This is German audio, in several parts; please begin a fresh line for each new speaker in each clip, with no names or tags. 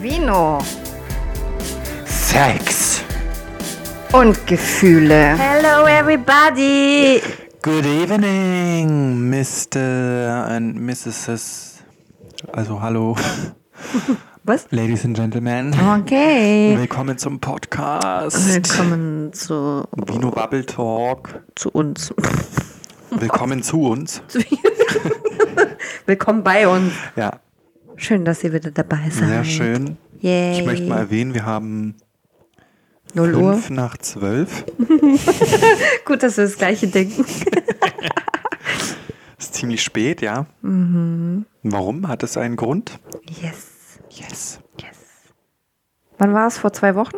Vino
Sex.
und Gefühle.
Hello everybody!
Good evening, Mr. and Mrs. Also hallo.
Was?
Ladies and Gentlemen.
Okay.
Willkommen zum Podcast.
Willkommen zu,
Vino Bubble Talk.
zu uns.
Willkommen zu uns.
Willkommen bei uns.
Ja,
Schön, dass ihr wieder dabei seid.
sehr schön.
Yay.
Ich möchte mal erwähnen, wir haben
0 Uhr.
fünf nach zwölf.
Gut, dass wir das gleiche denken.
Ist ziemlich spät, ja. Mhm. Warum? Hat es einen Grund?
Yes.
Yes.
Wann war es? Vor zwei Wochen?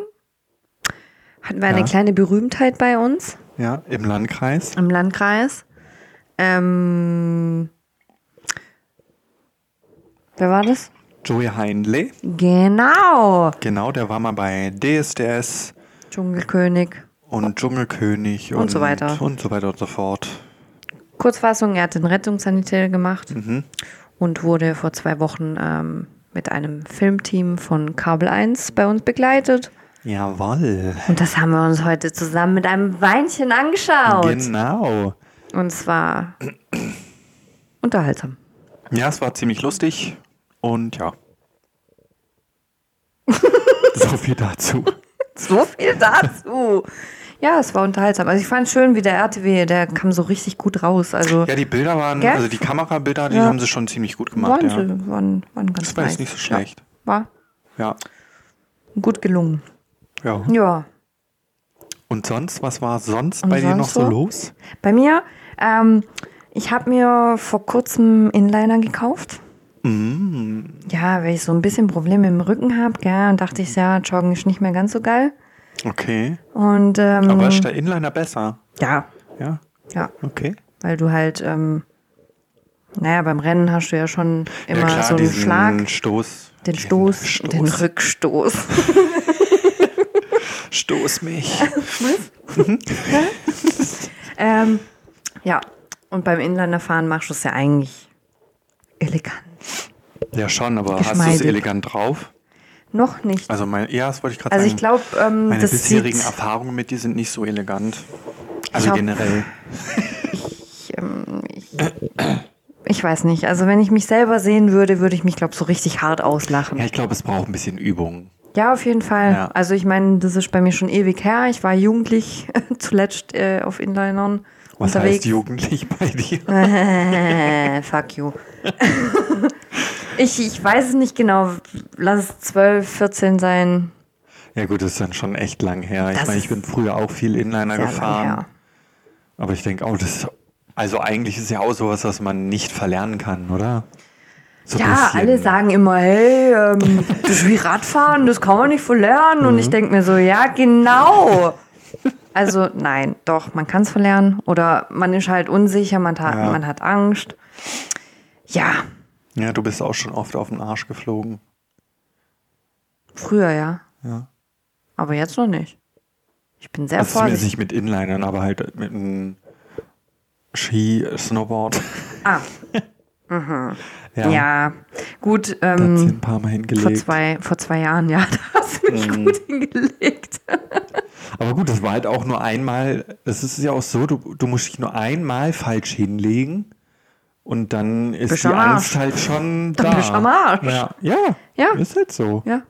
Hatten wir eine
Ja.
kleine Berühmtheit bei uns
Ja, im Landkreis.
im Landkreis. Ähm, wer war das?
Joey Heinle.
Genau.
Genau, der war mal bei DSDS
Dschungelkönig.
und Dschungelkönig und,
Und so weiter.
Und so weiter und so fort.
Kurzfassung, er hat den Rettungssanitäter gemacht
Mhm.
und wurde vor zwei Wochen ähm, mit einem Filmteam von Kabel 1 bei uns begleitet.
Jawoll.
Und das haben wir uns heute zusammen mit einem Weinchen angeschaut.
Genau.
und es war unterhaltsam.
Ja, es war ziemlich lustig und ja. so viel dazu.
So viel dazu. ja, es war unterhaltsam. Also ich fand es schön, wie der RTW, der kam so richtig gut raus. Also
Ja, die Bilder waren,
Gell?
also die Kamerabilder, die
Ja.
haben sie schon ziemlich gut gemacht.
waren,
Ja.
sie- waren, waren ganz
Das war
nice.
jetzt nicht so schlecht.
War
Ja.
gut gelungen.
ja.
Ja.
Und sonst, was war sonst
Und
bei dir noch
sonst
so
so?
los?
Bei mir, ähm, ich habe mir vor kurzem Inliner gekauft.
Mm.
Ja, weil ich so ein bisschen Probleme im Rücken habe, gell, und dachte ich, ja, Joggen ist nicht mehr ganz so geil.
Okay.
Und ähm,
Aber ist der Inliner besser?
ja,
Ja.
ja,
Okay.
weil du halt, ähm, naja, beim Rennen hast du ja schon immer
ja, klar,
so einen
diesen
Schlag,
Stoß.
den
diesen
Stoß, den
Stoß.
Rückstoß.
Stoß mich.
ähm, ja, und beim Inlinerfahren machst du es ja eigentlich elegant.
Ja, schon, aber hast du es
Geschmeidig.
elegant drauf?
Noch nicht.
Also, mein, ja, das wollte ich gerade
Also
sagen.
ich glaube, ähm,
Meine
das
bisherigen
sieht-
Erfahrungen mit dir sind nicht so elegant. Also
Ich hab-
generell.
ich, ähm, ich, ich weiß nicht. Also wenn ich mich selber sehen würde, würde ich mich, glaube ich, so richtig hart auslachen.
Ja, ich glaube, es braucht ein bisschen Übung.
Ja, auf jeden Fall.
Ja.
Also ich meine, das ist bei mir schon ewig her. Ich war jugendlich zuletzt äh, auf Inlinern
Was
unterwegs.
heißt jugendlich bei dir?
Äh, fuck you. ich, ich weiß es nicht genau. Lass es 12, 14 sein.
Ja gut, das ist dann schon echt lang her. Ich
Das
meine, ich
ist
bin früher auch viel Inliner
Sehr lang
gefahren.
her.
Aber ich denke, oh, das also eigentlich ist ja auch sowas, was man nicht verlernen kann, oder? So ein
Ja,
bisschen.
alle sagen immer, hey, ähm, das ist wie Radfahren, das kann man nicht verlernen. Und
Mhm.
ich denke mir so, ja, genau. Also nein, doch, man kann es verlernen. Oder man ist halt unsicher, man hat,
Ja.
man hat Angst. Ja,
Ja, du bist auch schon oft auf den Arsch geflogen.
früher ja.
Ja.
Aber jetzt noch nicht. Ich bin sehr
Also zumindest
vorsichtig.
nicht mit Inlinern, aber halt mit einem Ski, Snowboard.
Ah, ja. Gut,
Da hat sie
ähm,
ein paar Mal
vor,
hingelegt.
zwei, vor zwei Jahren, ja, da hast du mich
Mhm.
gut hingelegt.
Aber gut, das war halt auch nur einmal. Es ist ja auch so, du, du musst dich nur einmal falsch hinlegen und dann ist
Bist
die
am
Angst
Arsch.
halt schon da.
Dann bist du am Arsch.
Ja, ja,
Ja.
ist halt so.
Ja.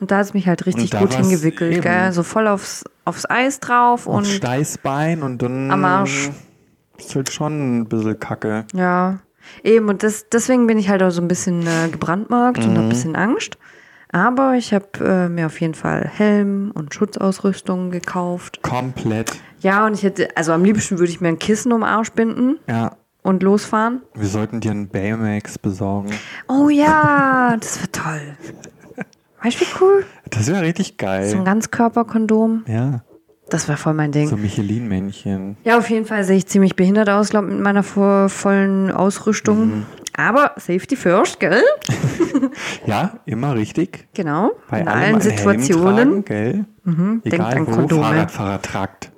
Und da hat es mich halt richtig
da
gut
war's
hingewickelt,
eben.
gell? So voll aufs, aufs Eis drauf
Und
und
Steißbein und dann
am Arsch.
ist halt schon ein bisschen kacke.
Ja, eben. Und das, deswegen bin ich halt auch so ein bisschen äh, gebrandmarkt und
Mhm.
habe ein bisschen Angst. Aber ich habe äh, mir auf jeden Fall Helm und Schutzausrüstung gekauft.
Komplett.
Ja, und ich hätte, also am liebsten würde ich mir ein Kissen um den Arsch binden
Ja,
und losfahren.
wir sollten dir einen Baymax besorgen.
Oh ja, das wäre toll. Weißt du, wie cool?
Das wäre richtig
So ein
geil.
Ganzkörperkondom.
Ja,
Das wäre voll mein Ding.
so Michelin-Männchen.
Ja, auf jeden Fall sehe ich ziemlich behindert aus, glaube mit meiner vo- vollen Ausrüstung.
Mhm.
Aber safety first, gell?
Ja, immer richtig.
Genau.
Bei
in
allem
allen
einen
Situationen. Mhm,
Helm tragen, gell? Egal
denkt an
wo,
Kondome.
Fahrradfahrer tragt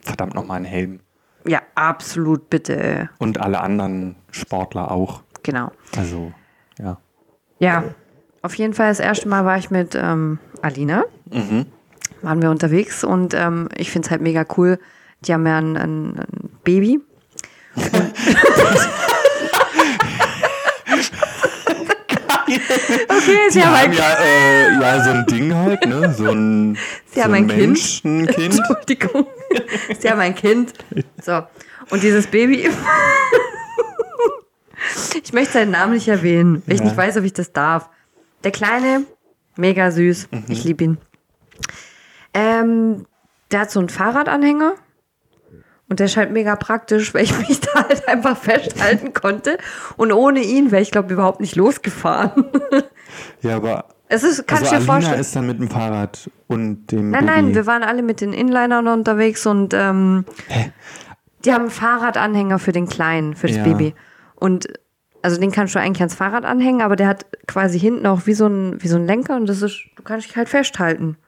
verdammt nochmal einen Helm.
Ja, absolut, bitte.
Und alle anderen Sportler auch.
Genau.
Also, ja.
Ja. Auf jeden Fall, das erste Mal war ich mit ähm, Alina.
Mhm.
Waren wir unterwegs und ähm, ich finde es halt mega cool. Die haben ja ein, ein, ein Baby. okay, sie haben
haben
ein,
ja, äh, ja so ein Ding halt, ne? So ein, so
haben
ein
ein Kind.
Menschenkind.
Entschuldigung. Sie haben ein Kind. So. Und dieses Baby. Ich möchte seinen Namen nicht erwähnen, weil ich
Ja.
nicht weiß, ob ich das darf. Der Kleine, mega süß.
Mhm.
Ich liebe ihn. Ähm, der hat so einen Fahrradanhänger. Und der scheint mega praktisch, weil ich mich da halt einfach festhalten konnte. Und ohne ihn wäre ich, glaube ich, überhaupt nicht losgefahren.
Ja, aber
Es ist, kannst
also
du dir
Alina
vorstellen.
ist dann mit dem Fahrrad und dem
Nein,
Baby.
nein, wir waren alle mit den Inlinern unterwegs und ähm, die haben einen Fahrradanhänger für den Kleinen, für das
Ja.
Baby. Und also den kannst du eigentlich ans Fahrrad anhängen, aber der hat quasi hinten auch wie so ein, wie so ein Lenker und das ist, du kannst dich halt festhalten.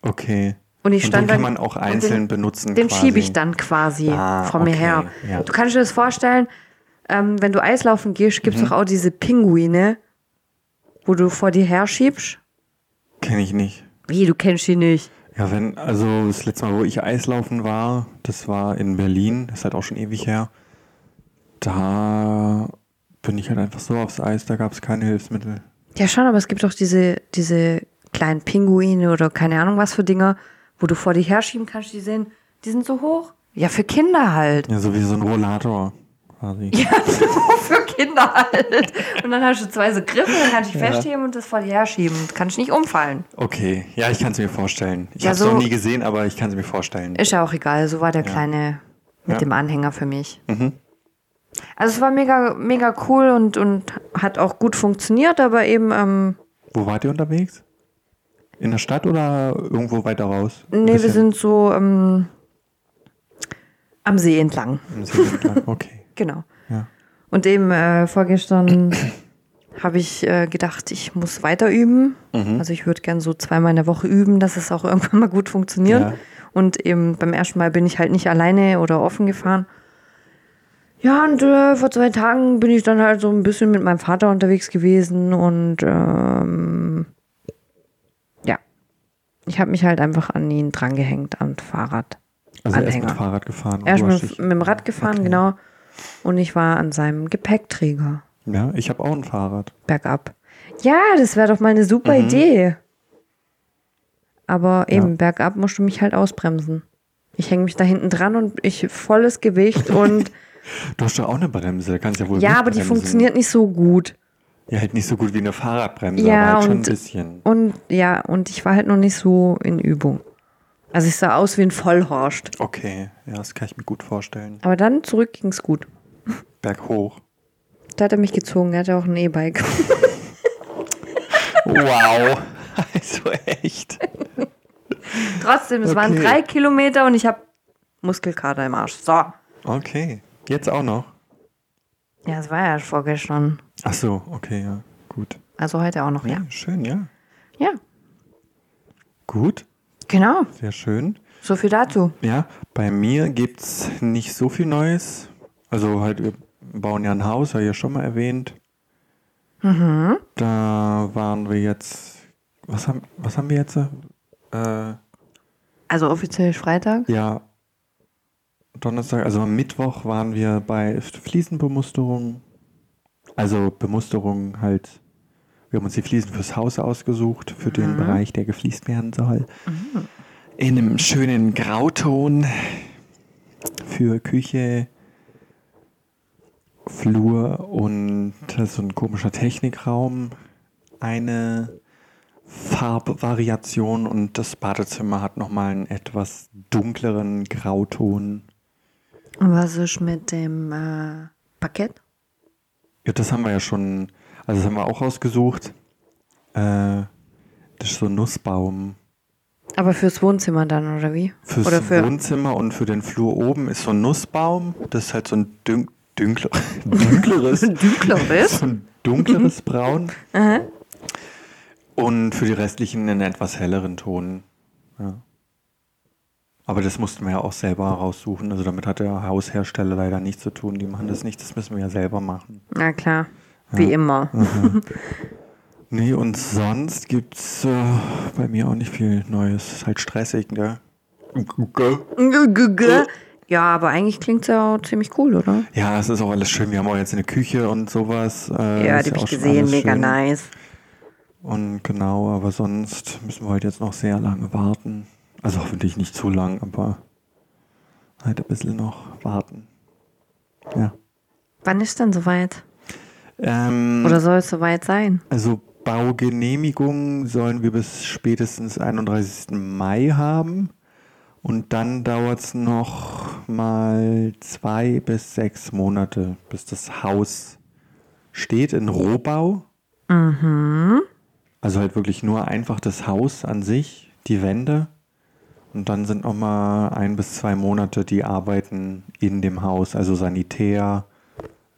Okay.
Und ich stand
den kann
dann-
man auch
und
einzeln
den-
benutzen.
Den
quasi.
schiebe ich dann quasi
Ah,
vor mir
okay,
her.
ja.
Du kannst dir das vorstellen, ähm, wenn du Eislaufen gehst,
Mhm.
gibt's doch auch diese Pinguine, wo du vor dir her schiebst.
Kenne ich nicht.
Wie, du kennst die nicht?
Ja, wenn, also das letzte Mal, wo ich Eislaufen war, das war in Berlin, das ist halt auch schon ewig her. Da bin ich halt einfach so aufs Eis, da gab es keine Hilfsmittel.
Ja, schon, aber es gibt doch diese, diese kleinen Pinguine oder keine Ahnung was für Dinger, wo du vor dich herschieben kannst, die sehen, die sind so hoch. Ja, für Kinder halt.
Ja, so wie so ein Rollator quasi.
Für Kinder halt. Und dann hast du zwei so Griffe, dann kannst du dich festheben und das vor dir herschieben. Kannst nicht umfallen.
Okay, ja, ich kann es mir vorstellen. Ich
Ja,
habe es
so- Äh.
noch nie gesehen, aber ich kann es mir vorstellen.
Ist ja auch egal, so war der Kleine
Ja.
mit
Mhm.
dem Anhänger für mich. Also es war mega, mega cool und, und hat auch gut funktioniert, aber eben, ähm,
Wo wart ihr unterwegs? In der Stadt oder irgendwo weiter raus? Ein
nee, wir
bisschen
sind so ähm, am See entlang.
im See entlang. Okay.
Genau.
Ja.
Und eben äh, vorgestern habe ich äh, gedacht, ich muss weiter üben.
Mhm.
Also ich würde gern so zweimal in der Woche üben, dass es auch irgendwann mal gut funktioniert.
Ja.
Und eben beim ersten Mal bin ich halt nicht alleine oder offen gefahren. Ja, und äh, vor zwei Tagen bin ich dann halt so ein bisschen mit meinem Vater unterwegs gewesen und ähm, ja, ich habe mich halt einfach an ihn drangehängt am Fahrrad.
Also erst mit
Anhänger.
Fahrrad gefahren.
Er ist mit,
Oberschicht.
mit dem Rad gefahren,
Okay.
genau. Und ich war an seinem Gepäckträger
Ja, ich habe auch ein Fahrrad.
bergab. Ja, das wäre doch mal eine super
Mhm.
Idee. Aber eben, bergab musst du mich halt ausbremsen. Ich hänge mich da hinten dran und ich volles Gewicht und
Du hast doch auch eine Bremse, da kannst ja wohl
ja, aber die
mitbremsen.
funktioniert nicht so gut.
Ja, halt nicht so gut wie eine Fahrradbremse, aber
Ja,
halt schon ein
und-
bisschen.
Und ja, und ich war halt noch nicht so in Übung. Also ich sah aus wie ein Vollhorst.
Okay, ja, das kann ich mir gut vorstellen.
Aber dann zurück ging's gut.
Berghoch.
Da hat er mich gezogen, er hatte auch ein E-Bike.
Wow. Also echt.
Trotzdem, es waren
Okay.
drei Kilometer und ich habe Muskelkater im Arsch. So.
Okay, jetzt auch noch.
Ja, es war ja vorgestern.
Ach so, okay, ja, gut.
Also heute auch noch, ja.
Ja, schön, ja.
Ja,
Gut,
genau.
sehr schön.
So viel dazu.
Ja, bei mir gibt's nicht so viel Neues. Also halt, wir bauen ja ein Haus, habe ich ja schon mal erwähnt.
Mhm.
Da waren wir jetzt, was haben, was haben wir jetzt? Äh,
Also offiziell ist Freitag.
Ja. Donnerstag, also am Mittwoch waren wir bei Fliesenbemusterung. Also Bemusterung halt. Wir haben uns die Fliesen fürs Haus ausgesucht, für den Bereich, der gefliest werden soll. In einem schönen Grauton für Küche, Flur und so ein komischer Technikraum. Eine Farbvariation und das Badezimmer hat nochmal einen etwas dunkleren Grauton.
Und was ist mit dem äh, Parkett?
Ja, das haben wir ja schon, also das haben wir auch ausgesucht. Äh, das ist so ein Nussbaum.
Aber fürs Wohnzimmer dann, oder wie?
Fürs
oder für
Wohnzimmer und für den Flur oben ist so ein Nussbaum. Das ist halt so ein dün dünkler, dünkleres,
Dunkleres?
so ein dunkleres Braun. Und für die restlichen einen etwas helleren Ton. Ja. Aber das mussten wir ja auch selber raussuchen. Also damit hat der Haushersteller leider nichts zu tun. Die machen das nicht, das müssen wir ja selber machen.
Na klar, wie immer.
Nee, und sonst gibt's äh, bei mir auch nicht viel Neues. Ist halt stressig, ne?
Ja, aber eigentlich klingt es ja auch ziemlich cool, oder?
Ja, es ist auch alles schön. Wir haben auch jetzt eine Küche und sowas. äh,
Ja,
ist
die habe
auch
ich
schon
gesehen,
alles
mega
schön.
nice.
Und genau, aber sonst müssen wir halt jetzt noch sehr lange warten. Also hoffentlich nicht zu lang, aber halt ein bisschen noch warten. Ja.
Wann ist denn soweit?
Ähm,
Oder soll es soweit sein?
also Baugenehmigung sollen wir bis spätestens 31. Mai haben. Und dann dauert es noch mal zwei bis sechs Monate, bis das Haus steht in Rohbau. Also halt wirklich nur einfach das Haus an sich, die Wände. Und dann sind noch mal ein bis zwei Monate die Arbeiten in dem Haus, also Sanitär,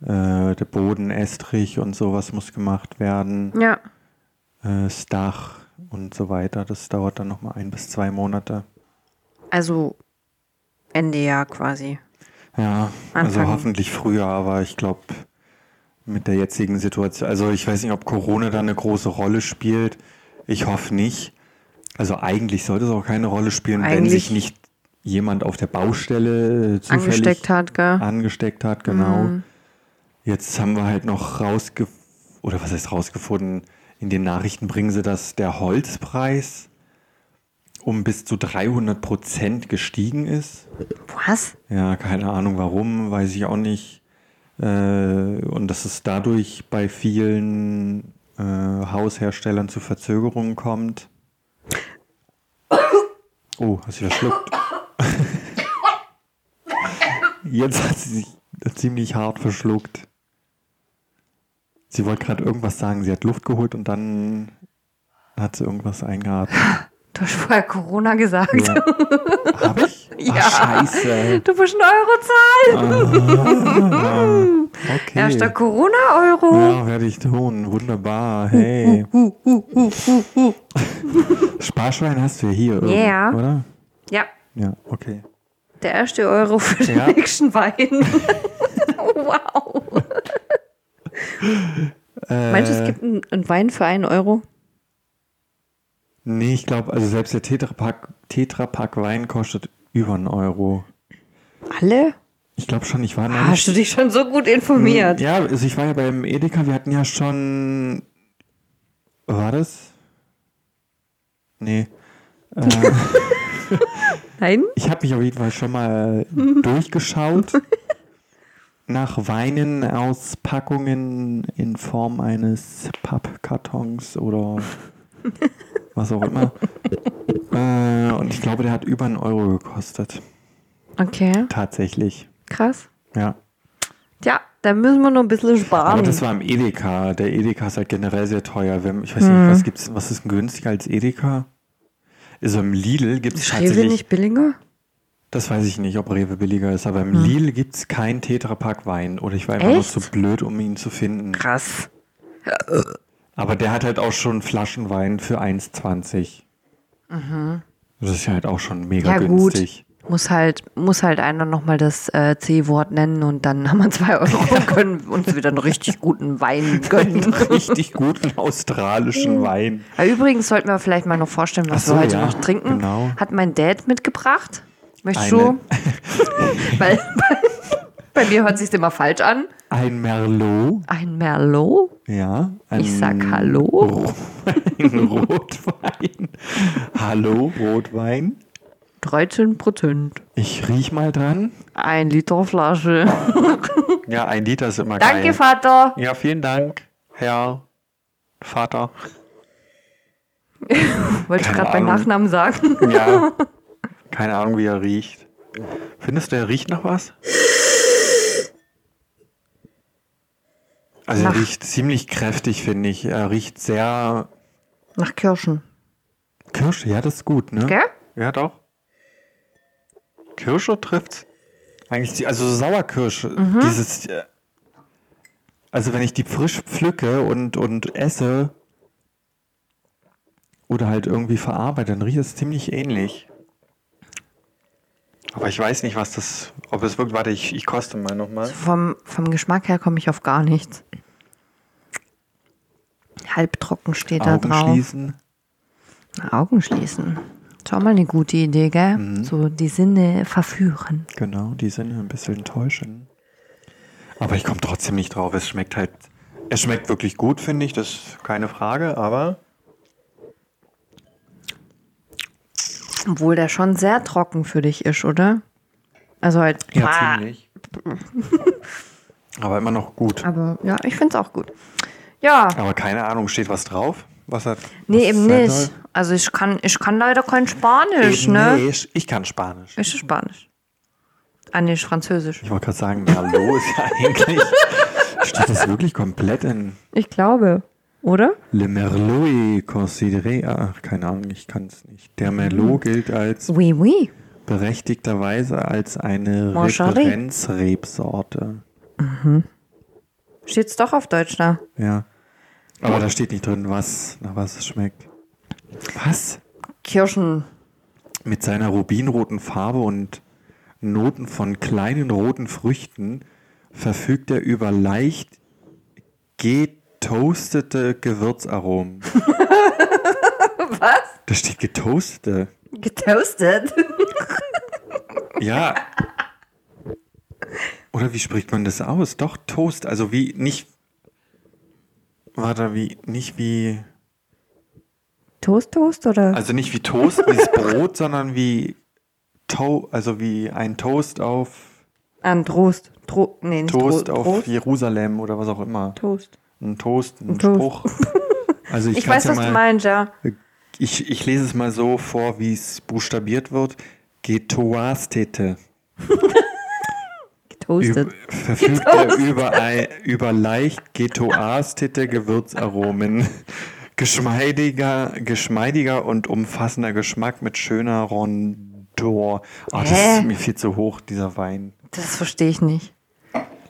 äh, der Boden, Estrich und sowas muss gemacht werden,
Ja.
äh, das Dach und so weiter. Das dauert dann noch mal ein bis zwei Monate.
Also Ende Jahr quasi.
Ja, also
Anfang.
hoffentlich früher, aber ich glaube, mit der jetzigen Situation, also ich weiß nicht, ob Corona da eine große Rolle spielt. Ich hoffe nicht. Also eigentlich sollte es auch keine Rolle spielen, wenn sich
Eigentlich-
nicht jemand auf der Baustelle äh, zufällig Ah.
Angesteckt hat, gell?
Angesteckt hat, genau. Jetzt haben wir halt noch rausgefunden, oder was heißt rausgefunden, in den Nachrichten bringen sie, dass der Holzpreis um bis zu 300 Prozent gestiegen ist.
Was?
Ja, keine Ahnung warum, weiß ich auch nicht. Äh, und dass es dadurch bei vielen äh, Hausherstellern zu Verzögerungen kommt. Oh, hast du verschluckt. Jetzt hat sie sich ziemlich hart verschluckt. Sie wollte gerade irgendwas sagen. Sie hat Luft geholt und dann hat sie irgendwas eingeatmet.
Du hast vorher Corona gesagt.
Ja. Hab ich?
Ja.
Ach, scheiße.
Du bist ein Eurozahl.
Okay.
Erster Corona-Euro.
Ja, werde ich tun. Wunderbar. Hey. Sparschwein hast du ja hier, irgendwo,
Ja.
oder?
Ja.
Ja, okay.
Der erste Euro für den
Ja.
nächsten Wein. wow.
Äh.
Meinst du, es gibt einen, einen Wein für einen Euro?
Nee, ich glaube, also selbst der Tetrapack Tetra Pak Wein kostet über einen Euro.
Alle?
Ich glaube schon, ich war
Ah, Hast
neulich.
du dich schon so gut informiert?
Ja, also ich war ja beim Edeka, wir hatten ja schon. War das? Nee.
Nein?
Ich habe mich auf jeden Fall schon mal durchgeschaut nach Weinen aus Packungen in Form eines Pappkartons oder was auch immer. äh, und ich glaube, der hat über einen Euro gekostet.
Okay,
Tatsächlich.
krass.
Ja.
Tja, da müssen wir noch ein bisschen sparen.
Aber das war im Edeka. Der Edeka ist halt generell sehr teuer. Wir haben- Ich weiß nicht, was gibt's, was ist denn günstiger als Edeka? Also im Lidl gibt es
Ist Rewe
tatsächlich.
nicht billiger?
Das weiß ich nicht, ob Rewe billiger ist, aber im Lidl gibt es keinen Tetrapack Wein. Oder ich war einfach
Hm. Echt?
nur zu blöd, um ihn zu finden.
Krass.
Aber der hat halt auch schon Flaschenwein für 1,20. Das ist ja halt auch schon mega
Mhm. Ja, gut.
günstig.
Muss halt, muss halt einer nochmal das äh, C-Wort nennen und dann haben wir zwei Euro und können uns wieder einen richtig guten Wein gönnen.
Richtig guten
Hm.
australischen Wein.
Ja, Übrigens sollten wir vielleicht mal noch vorstellen, was
Ach so,
wir heute
ja,
noch trinken.
genau.
Hat mein Dad mitgebracht. Möchtest
Eine-
du? Weil bei, bei mir hört sich immer falsch an.
Ein Merlot,
Ein Merlot?
ja. Ein
Ich sag Hallo.
Ein Rotwein. Hallo, Rotwein.
13 Prozent.
Ich riech mal dran.
Ein Liter Flasche.
Ja, ein Liter ist immer geil.
Danke, Vater.
Ja, vielen Dank, Herr Vater.
Wollte ich
Keine
gerade beim
Ahnung.
Nachnamen sagen.
Ja. Keine Ahnung, wie er riecht. Findest du, er riecht nach was? Also
Nach-
er riecht ziemlich kräftig, finde ich. Er riecht sehr
Nach Kirschen.
Kirsche, ja, das ist gut, ne?
Gell?
Ja, doch. Kirsche trifft's. Eigentlich, die, also so Sauerkirsche,
Mhm.
dieses, äh, also wenn ich die frisch pflücke und, und esse oder halt irgendwie verarbeite, dann riecht es ziemlich ähnlich. Aber ich weiß nicht, was das, ob es wirklich, warte, ich, ich koste mal nochmal.
Vom, vom Geschmack her komme ich auf gar nichts. Halbtrocken steht da
Augen
drauf.
schließen.
Augen schließen. Schau mal eine gute Idee, gell?
Mhm.
So die Sinne verführen.
Genau, die Sinne ein bisschen täuschen. Aber ich komme trotzdem nicht drauf. Es schmeckt halt. Es schmeckt wirklich gut, finde ich, das ist keine Frage, aber
Obwohl der schon sehr trocken für dich ist, oder? Also halt.
ja,
Ah,
ziemlich. aber immer noch gut.
Aber ja, ich find's auch gut. Ja,
Aber keine Ahnung, steht was drauf? Was hat.
nee,
was
eben
sein
nicht.
soll?
Also ich kann, ich kann leider kein Spanisch,
Eben
ne?
nicht. Ich kann Spanisch.
Ist es Spanisch? Ah, nee, ist Französisch.
Ich wollte gerade sagen, Merlot ist ja eigentlich. Steht das wirklich komplett in
Ich glaube, oder?
Le Merlot considéré? Ach, keine Ahnung, ich kann es nicht. Der Merlot gilt als
Oui, oui.
berechtigterweise als eine
Mangerie.
Referenzrebsorte.
Steht's doch auf Deutsch da.
Ja. Aber da steht nicht drin, was, nach was es schmeckt. Was?
Kirschen.
Mit seiner rubinroten Farbe und Noten von kleinen roten Früchten verfügt er über leicht getoastete Gewürzaromen. Was? Da steht getoastete.
Getoastet.
Ja. Oder wie spricht man das aus? Doch, Toast. Also wie nicht. Warte, wie nicht wie.
Toast, Toast oder?
Also nicht wie Toast, wie das Brot, sondern wie to also wie ein Toast auf
An Ähm, Trost. Tro nee, nicht
Toast
Tro
auf
Trost.
Jerusalem oder was auch immer.
Toast.
Ein Toast, ein,
Ein Toast.
Spruch. Also ich,
Ich,
kann's
weiß,
ja
was
mal,
du meinst, ja.
Ich, ich lese es mal so vor, wie es buchstabiert wird. Getoastete.
Getoastet.
Üb- Verfügt er über, ei- über leicht getoastete Gewürzaromen. Geschmeidiger, geschmeidiger und umfassender Geschmack mit schöner Rondor. Oh, das
Hä?
ist mir viel zu hoch, dieser Wein.
Das verstehe ich nicht.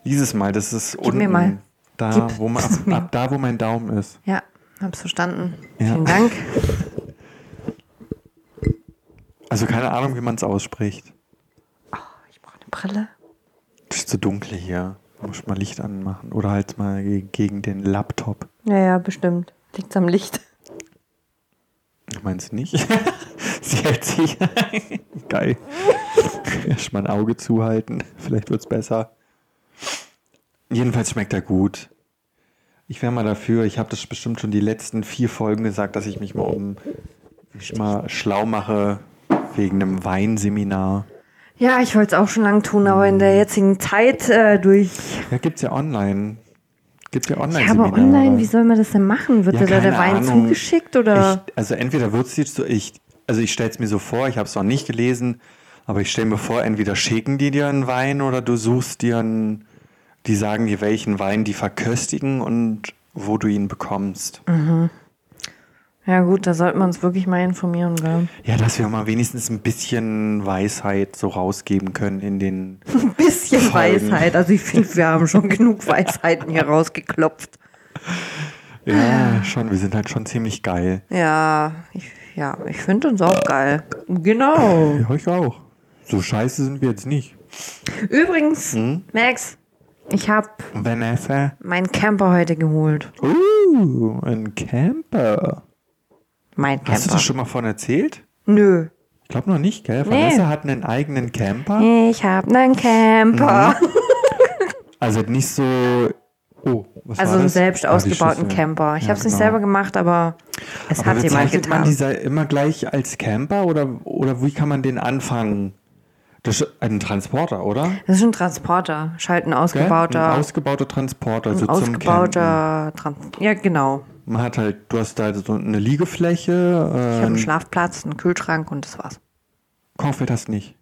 Dieses Mal, das ist unten.
mir mal.
Da,
Gib
wo man,
es
ab,
mir.
ab da, wo mein Daumen ist.
Ja, hab's verstanden.
Ja.
Vielen Dank.
Also keine Ahnung, wie man es ausspricht.
Ich brauche eine Brille.
Es ist zu dunkel hier. Muss mal Licht anmachen. Oder halt mal ge- gegen den Laptop.
Ja, ja, bestimmt. Liegt's am Licht.
Meinst du nicht? Sie hält sich. Geil. Erst mal ein Auge zuhalten. Vielleicht wird's besser. Jedenfalls schmeckt er gut. Ich wäre mal dafür, ich habe das bestimmt schon die letzten vier Folgen gesagt, dass ich mich mal um mich mal schlau mache wegen einem Weinseminar.
Ja, ich wollte es auch schon lange tun, aber in
Hm.
der jetzigen Zeit äh, durch.
Ja, gibt's ja online. Gibt's ja online.
Ja, aber online, wie soll man das denn machen? Wird
Ja,
dir da der
keine
Wein
Ahnung.
zugeschickt oder?
Ich, also entweder wird es so, ich, also ich stelle es mir so vor, ich habe es noch nicht gelesen, aber ich stelle mir vor, entweder schicken die dir einen Wein oder du suchst dir einen, die sagen dir, welchen Wein die verköstigen und wo du ihn bekommst.
Mhm. Ja, gut, da sollten wir uns wirklich mal informieren, gell?
Ja, dass wir mal wenigstens ein bisschen Weisheit so rausgeben können in den.
Ein bisschen
Folgen.
Weisheit. Also, ich finde, wir haben schon genug Weisheiten hier rausgeklopft.
Ja, schon, wir sind halt schon ziemlich geil.
Ja, ich, ja, ich finde uns auch geil. Genau.
Ja, ich auch. So scheiße sind wir jetzt nicht.
Übrigens,
Hm?
Max, ich habe
Vanessa.
meinen Camper heute geholt.
Uh, ein Camper. Hast
Mein
du
Camper.
das schon mal von erzählt?
Nö.
Ich glaube noch nicht, gell? Vanessa hat einen eigenen Camper.
Ich habe einen Camper.
Mhm. Also nicht so. Oh, was
Also
war
einen
das?
selbst
Ah, die
ausgebauten
Schüssel.
Camper. Ich
Ja,
habe es nicht
genau.
selber gemacht, aber es
Aber
hat jemand
bezeichnet man
getan.
die immer gleich als Camper oder, oder wie kann man den anfangen? Das ist ein Transporter, oder?
Das ist ein Transporter, schalten
Gell?
ausgebauter,
Ein ausgebauter Transporter, so zum Campen.
ausgebauter Transporter. Ja, genau.
Man hat halt, du hast da so eine Liegefläche,
Ich
äh,
habe einen
einen
Schlafplatz, einen Kühlschrank und das war's.
Kochfeld hast du nicht.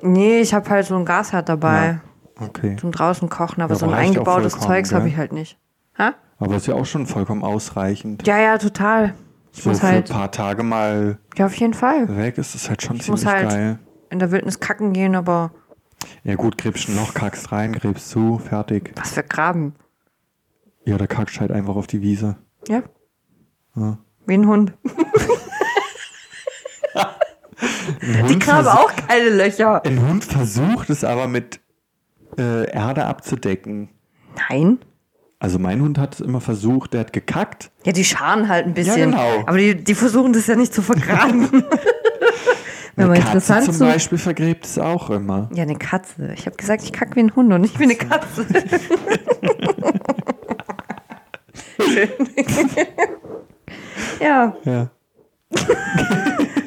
Nee, ich habe halt so einen Gasherd dabei
Okay.
zum draußen kochen, aber
Ja,
so ein
reicht ja auch
eingebautes
vollkommen,
Zeugs habe
gell?
ich halt nicht. Ha?
Aber ist ja auch schon vollkommen ausreichend.
Ja, ja, total. Ich
so
muss
für
halt,
ein paar Tage mal
ja, auf jeden Fall.
weg ist es halt schon
muss
ziemlich
halt-
geil.
In der Wildnis kacken gehen, aber
Ja gut, gräbst ein Loch, kackst rein, gräbst zu, fertig.
was für Graben.
Ja, oder kackst halt einfach auf die Wiese.
Ja. Wie ein Hund.
Ein Hund,
Die graben
versuch-
auch keine Löcher.
ein Hund versucht es aber mit äh, Erde abzudecken.
Nein.
Also mein Hund hat es immer versucht, der hat gekackt.
Ja, die scharen halt ein bisschen.
genau.
Aber die, die versuchen das ja nicht zu vergraben. Wenn
Eine
man
Katze
interessant
zum
sucht.
Beispiel vergräbt es auch immer.
Ja, eine Katze. Ich habe gesagt, ich kacke wie ein Hund und nicht wie eine Katze. Schön. ja,
Ja,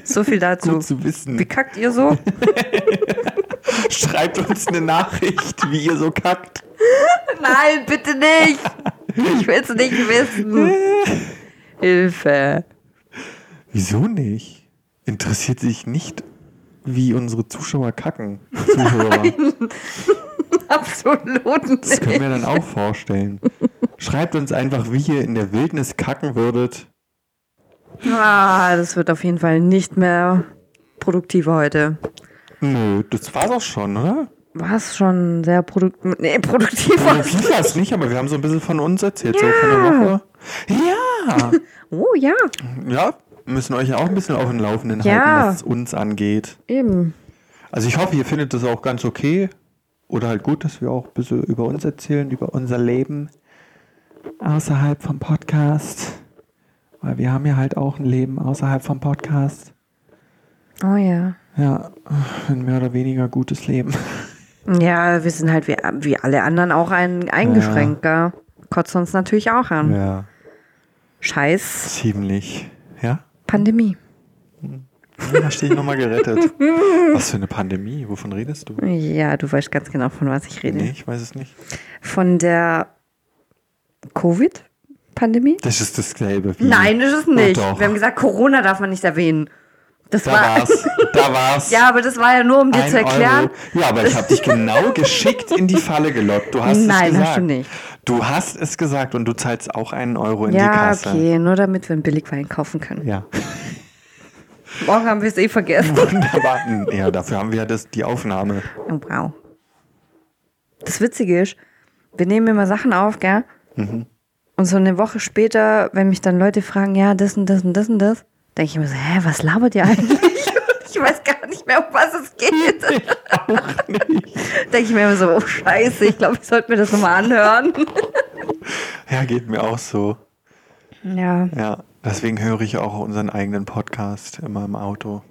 so viel dazu.
gut zu
Wie
wissen.
kackt ihr so?
Schreibt uns eine Nachricht, wie ihr so kackt.
Nein, bitte nicht. Ich will es nicht wissen. Hilfe.
Wieso nicht? Interessiert sich nicht, wie unsere Zuschauer kacken. Zuhörer.
Absolut
Das können
nicht.
wir dann auch vorstellen. Schreibt uns einfach, wie ihr in der Wildnis kacken würdet.
Ah, das wird auf jeden Fall nicht mehr produktiver heute.
Nö, das war's auch schon, oder?
War es schon sehr produkt nee,
Also
produktiver.
viel war's nicht, aber wir haben so ein bisschen von uns erzählt, so von der Woche. Ja!
Oh ja,
Ja, müssen euch ja auch ein bisschen auf den Laufenden
Ja.
halten, was es uns angeht.
eben.
Also ich hoffe, ihr findet das auch ganz okay. Oder halt gut, dass wir auch ein bisschen über uns erzählen, über unser Leben außerhalb vom Podcast. Weil wir haben ja halt auch ein Leben außerhalb vom Podcast.
Oh ja.
Ja, ein mehr oder weniger gutes Leben.
Ja, wir sind halt wie, wie alle anderen auch ein, eingeschränkt, gell? Kotzt uns natürlich auch an.
Ja,
Scheiß
ziemlich. Ja,
Pandemie.
da hast du dich nochmal gerettet. Was für eine Pandemie? Wovon redest du?
Ja, du weißt ganz genau, von was ich rede.
Nee, ich weiß es nicht.
Von der Covid-Pandemie?
Das ist dasselbe. Wie
Nein, ist es nicht.
Oh, doch.
Wir haben gesagt, Corona darf man nicht erwähnen. Das
Da
war.
war's. Da war's.
Ja, aber das war ja nur, um dir
Ein
zu erklären.
Euro. Ja, aber ich habe dich genau geschickt in die Falle gelockt. Du hast es
Nein,
gesagt.
hast du nicht.
Du hast es gesagt und du zahlst auch einen Euro in die
Ja,
Kasse.
okay, nur damit wir einen Billigwein kaufen können.
Ja.
Morgen haben wir es eh vergessen.
Wunderbar. Ja, dafür haben wir ja das, die Aufnahme.
Oh, wow. Das Witzige ist, wir nehmen immer Sachen auf, gell?
Mhm.
Und so eine Woche später, wenn mich dann Leute fragen, ja, das und das und das und das, denke ich immer so, hä, was labert ihr eigentlich? ich weiß gar nicht mehr, um was es geht. denke ich mir immer so, oh scheiße, ich glaube, ich sollte mir das nochmal anhören.
Ja, geht mir auch so.
Ja.
Ja, deswegen höre ich auch unseren eigenen Podcast immer im Auto.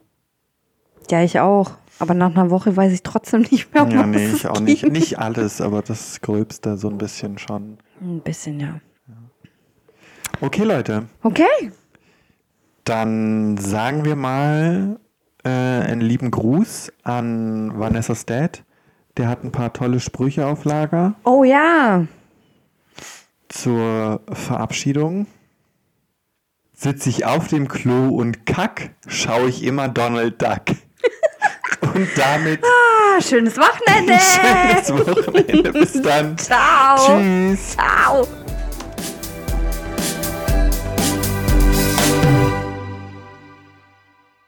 Ja, ich auch. Aber nach einer Woche weiß ich trotzdem nicht mehr, um
Ja,
was
nee,
es
ich auch nicht.
ging.
Nicht alles, aber das Gröbste so ein bisschen schon.
Ein bisschen, ja.
Okay, Leute,
Okay.
dann sagen wir mal äh, einen lieben Gruß an Vanessa's Dad. Der hat ein paar tolle Sprüche auf Lager
Oh ja.
zur Verabschiedung. Sitz ich auf dem Klo und kack, schaue ich immer Donald Duck. Und damit
Ah, schönes Wochenende.
ein schönes Wochenende. Bis dann.
Ciao.
Tschüss.
Ciao.